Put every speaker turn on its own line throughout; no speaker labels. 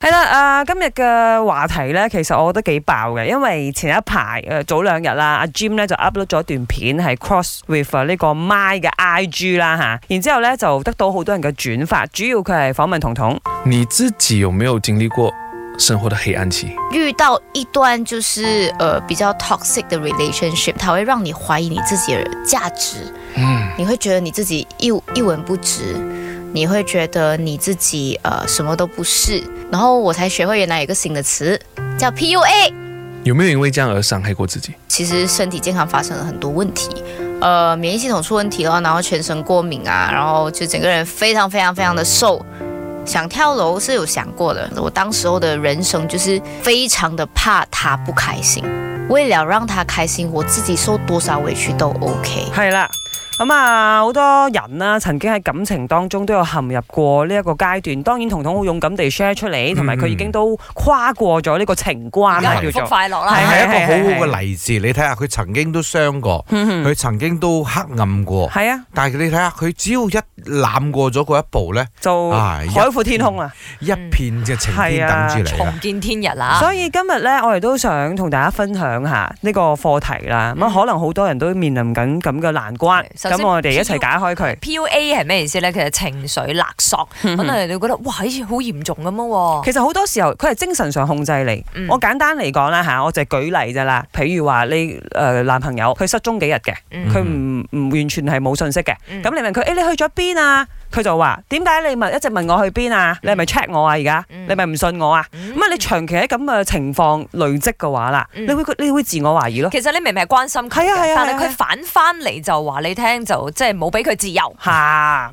係啦，啊、今日嘅話題咧，其實我覺得幾爆嘅，因為前一排誒、呃早兩日啦，阿 Jim 咧就 upload 咗段片係 cross with 呃呢個 My 嘅 IG 啦吓，然之後咧就得到好多人嘅轉發，主要佢係訪問彤彤。
你自己有没有经历过生活的黑暗期？
遇到一段就是呃比较 toxic 的 relationship，它会让你怀疑你自己的价值，
嗯，
你会觉得你自己一一文不值，你会觉得你自己呃什么都不是。然后我才学会原来有一个新的词叫 PUA，
有没有因为这样而伤害过自己？
其实身体健康发生了很多问题。呃，免疫系统出问题了，然后全身过敏啊，然后就整个人非常非常非常的瘦。想跳楼是有想过的，我当时候的人生就是非常的怕他不开心，为了让他开心，我自己受多少委屈都 OK。
係啦。咁啊，好多人啦，曾經喺感情當中都有陷入過呢一個階段。當然，彤彤好勇敢地 share 出嚟，同埋佢已經都跨過咗呢個情關啦，
而家幸
叫做。
福快樂
係
啦，
係
係一個好好
係係
嘅例子。你睇下佢曾經都傷過，
嗯
佢曾經都黑暗過，
係啊，
但係你睇下佢只要一攬過咗嗰一步咧，
就
唉
海闊天空啦。啊
一片嘅晴
係
天
啊
等住你啦
重。見天日啦。
所以今日咧，我哋都想同大家分享下呢個課題啦。咁啊
嗯
可能好多人都面臨緊咁嘅難關，
首先
咁我哋一齊解開佢。
P.U.A 係咩意思咧？其實情緒勒索，可能你會覺得哇，好似好嚴重咁樣喎。
嗯其實好多時候佢係精神上控制你。
哦嗯
我簡單嚟講啦嚇，我就舉例咋啦。譬如話你誒男朋友佢失蹤幾日嘅，
嗯
佢唔唔完全係冇信息嘅。
嗯
咁你問佢，誒、你去咗邊啊？佢就話：點解你問一直問我去邊啊？你係咪 check 我啊？而家
嗯
你係咪唔信我啊？咁啊，你長期喺咁嘅情況累積嘅話啦，
嗯
你會你會自我懷疑咯。
其實你明明係關心佢
係啊係啊
嘅，但
係啊
係佢反翻嚟就話你聽，就即係冇俾佢自由。
嚇、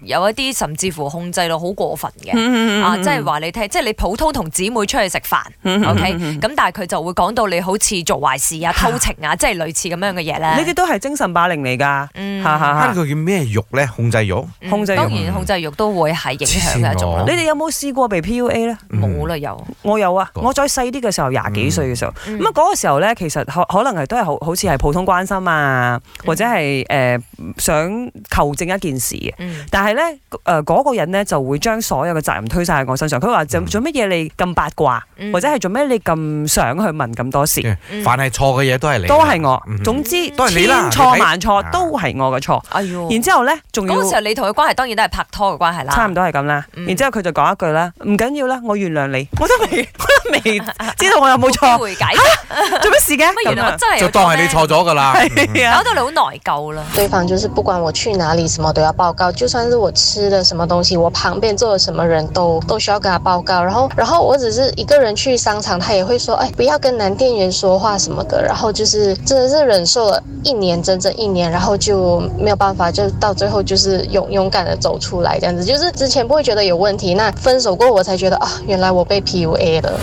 有一啲甚至乎控制到好過分嘅。
嗯
啊，即係話你聽，即係你普通同姊妹出去食飯
嗯
，OK，咁但係佢就會講到你好似做壞事啊、偷情啊，即係類似咁樣嘅嘢咧。
呢啲都係精神霸凌嚟㗎，
嗯
嚇嚇
啊！
嚇！
佢叫咩肉咧？控制肉，
嗯
控制欲嗯
當然控制欲都會係影響嘅
黐
一種
線我
你
啦。
哋有冇試過被 PUA 咧？
嗯
冇啦，又
我有啊，
講
我再細啲嘅時候，廿幾歲嘅時候，
嗯
咁啊嗰個時候咧，其實可可能係都係好好似係普通關心啊，
嗯
或者係誒、呃想求證一件事嘅。
嗯
但係咧，誒、嗰個人咧就會將所有嘅責任推晒喺我身上。佢話做做乜嘢你咁八卦，
嗯
或者係做咩你咁想去問咁多事，
嗯
凡係錯嘅嘢都係你，
都係我。
嗯
總之
都係你
千
啦
錯
你睇
萬錯
啊
都係我嘅錯。
哎呦，
然之後咧，仲要
嗰個時候你同佢關係當然都係拍拖嘅關係啦，
差唔多係咁啦。
嗯
然之後佢就講一句啦，唔緊要啦，我原諒你。我都未，我都未 知道我有冇錯，
回解。
做咩事嘅？
乜原來我真係
就
有
當係你
咩
錯咗㗎啦。
係啊
搞。到你好內疚啦。
对方就是不管我去哪里，什么都要报告，就算是我吃的什么东西，我旁边坐的什么人都都需要跟他报告。然后，然后我只是一个人去商场，他也会说，哎，不要跟男店员说话什么的。然后就是真的是忍受了一年，整整一年，然后就没有办法，就到最后就是勇勇敢的走出来，这样子。就是之前不会觉得有问题，那分手过后我才觉得啊、原来我被 PUA 了。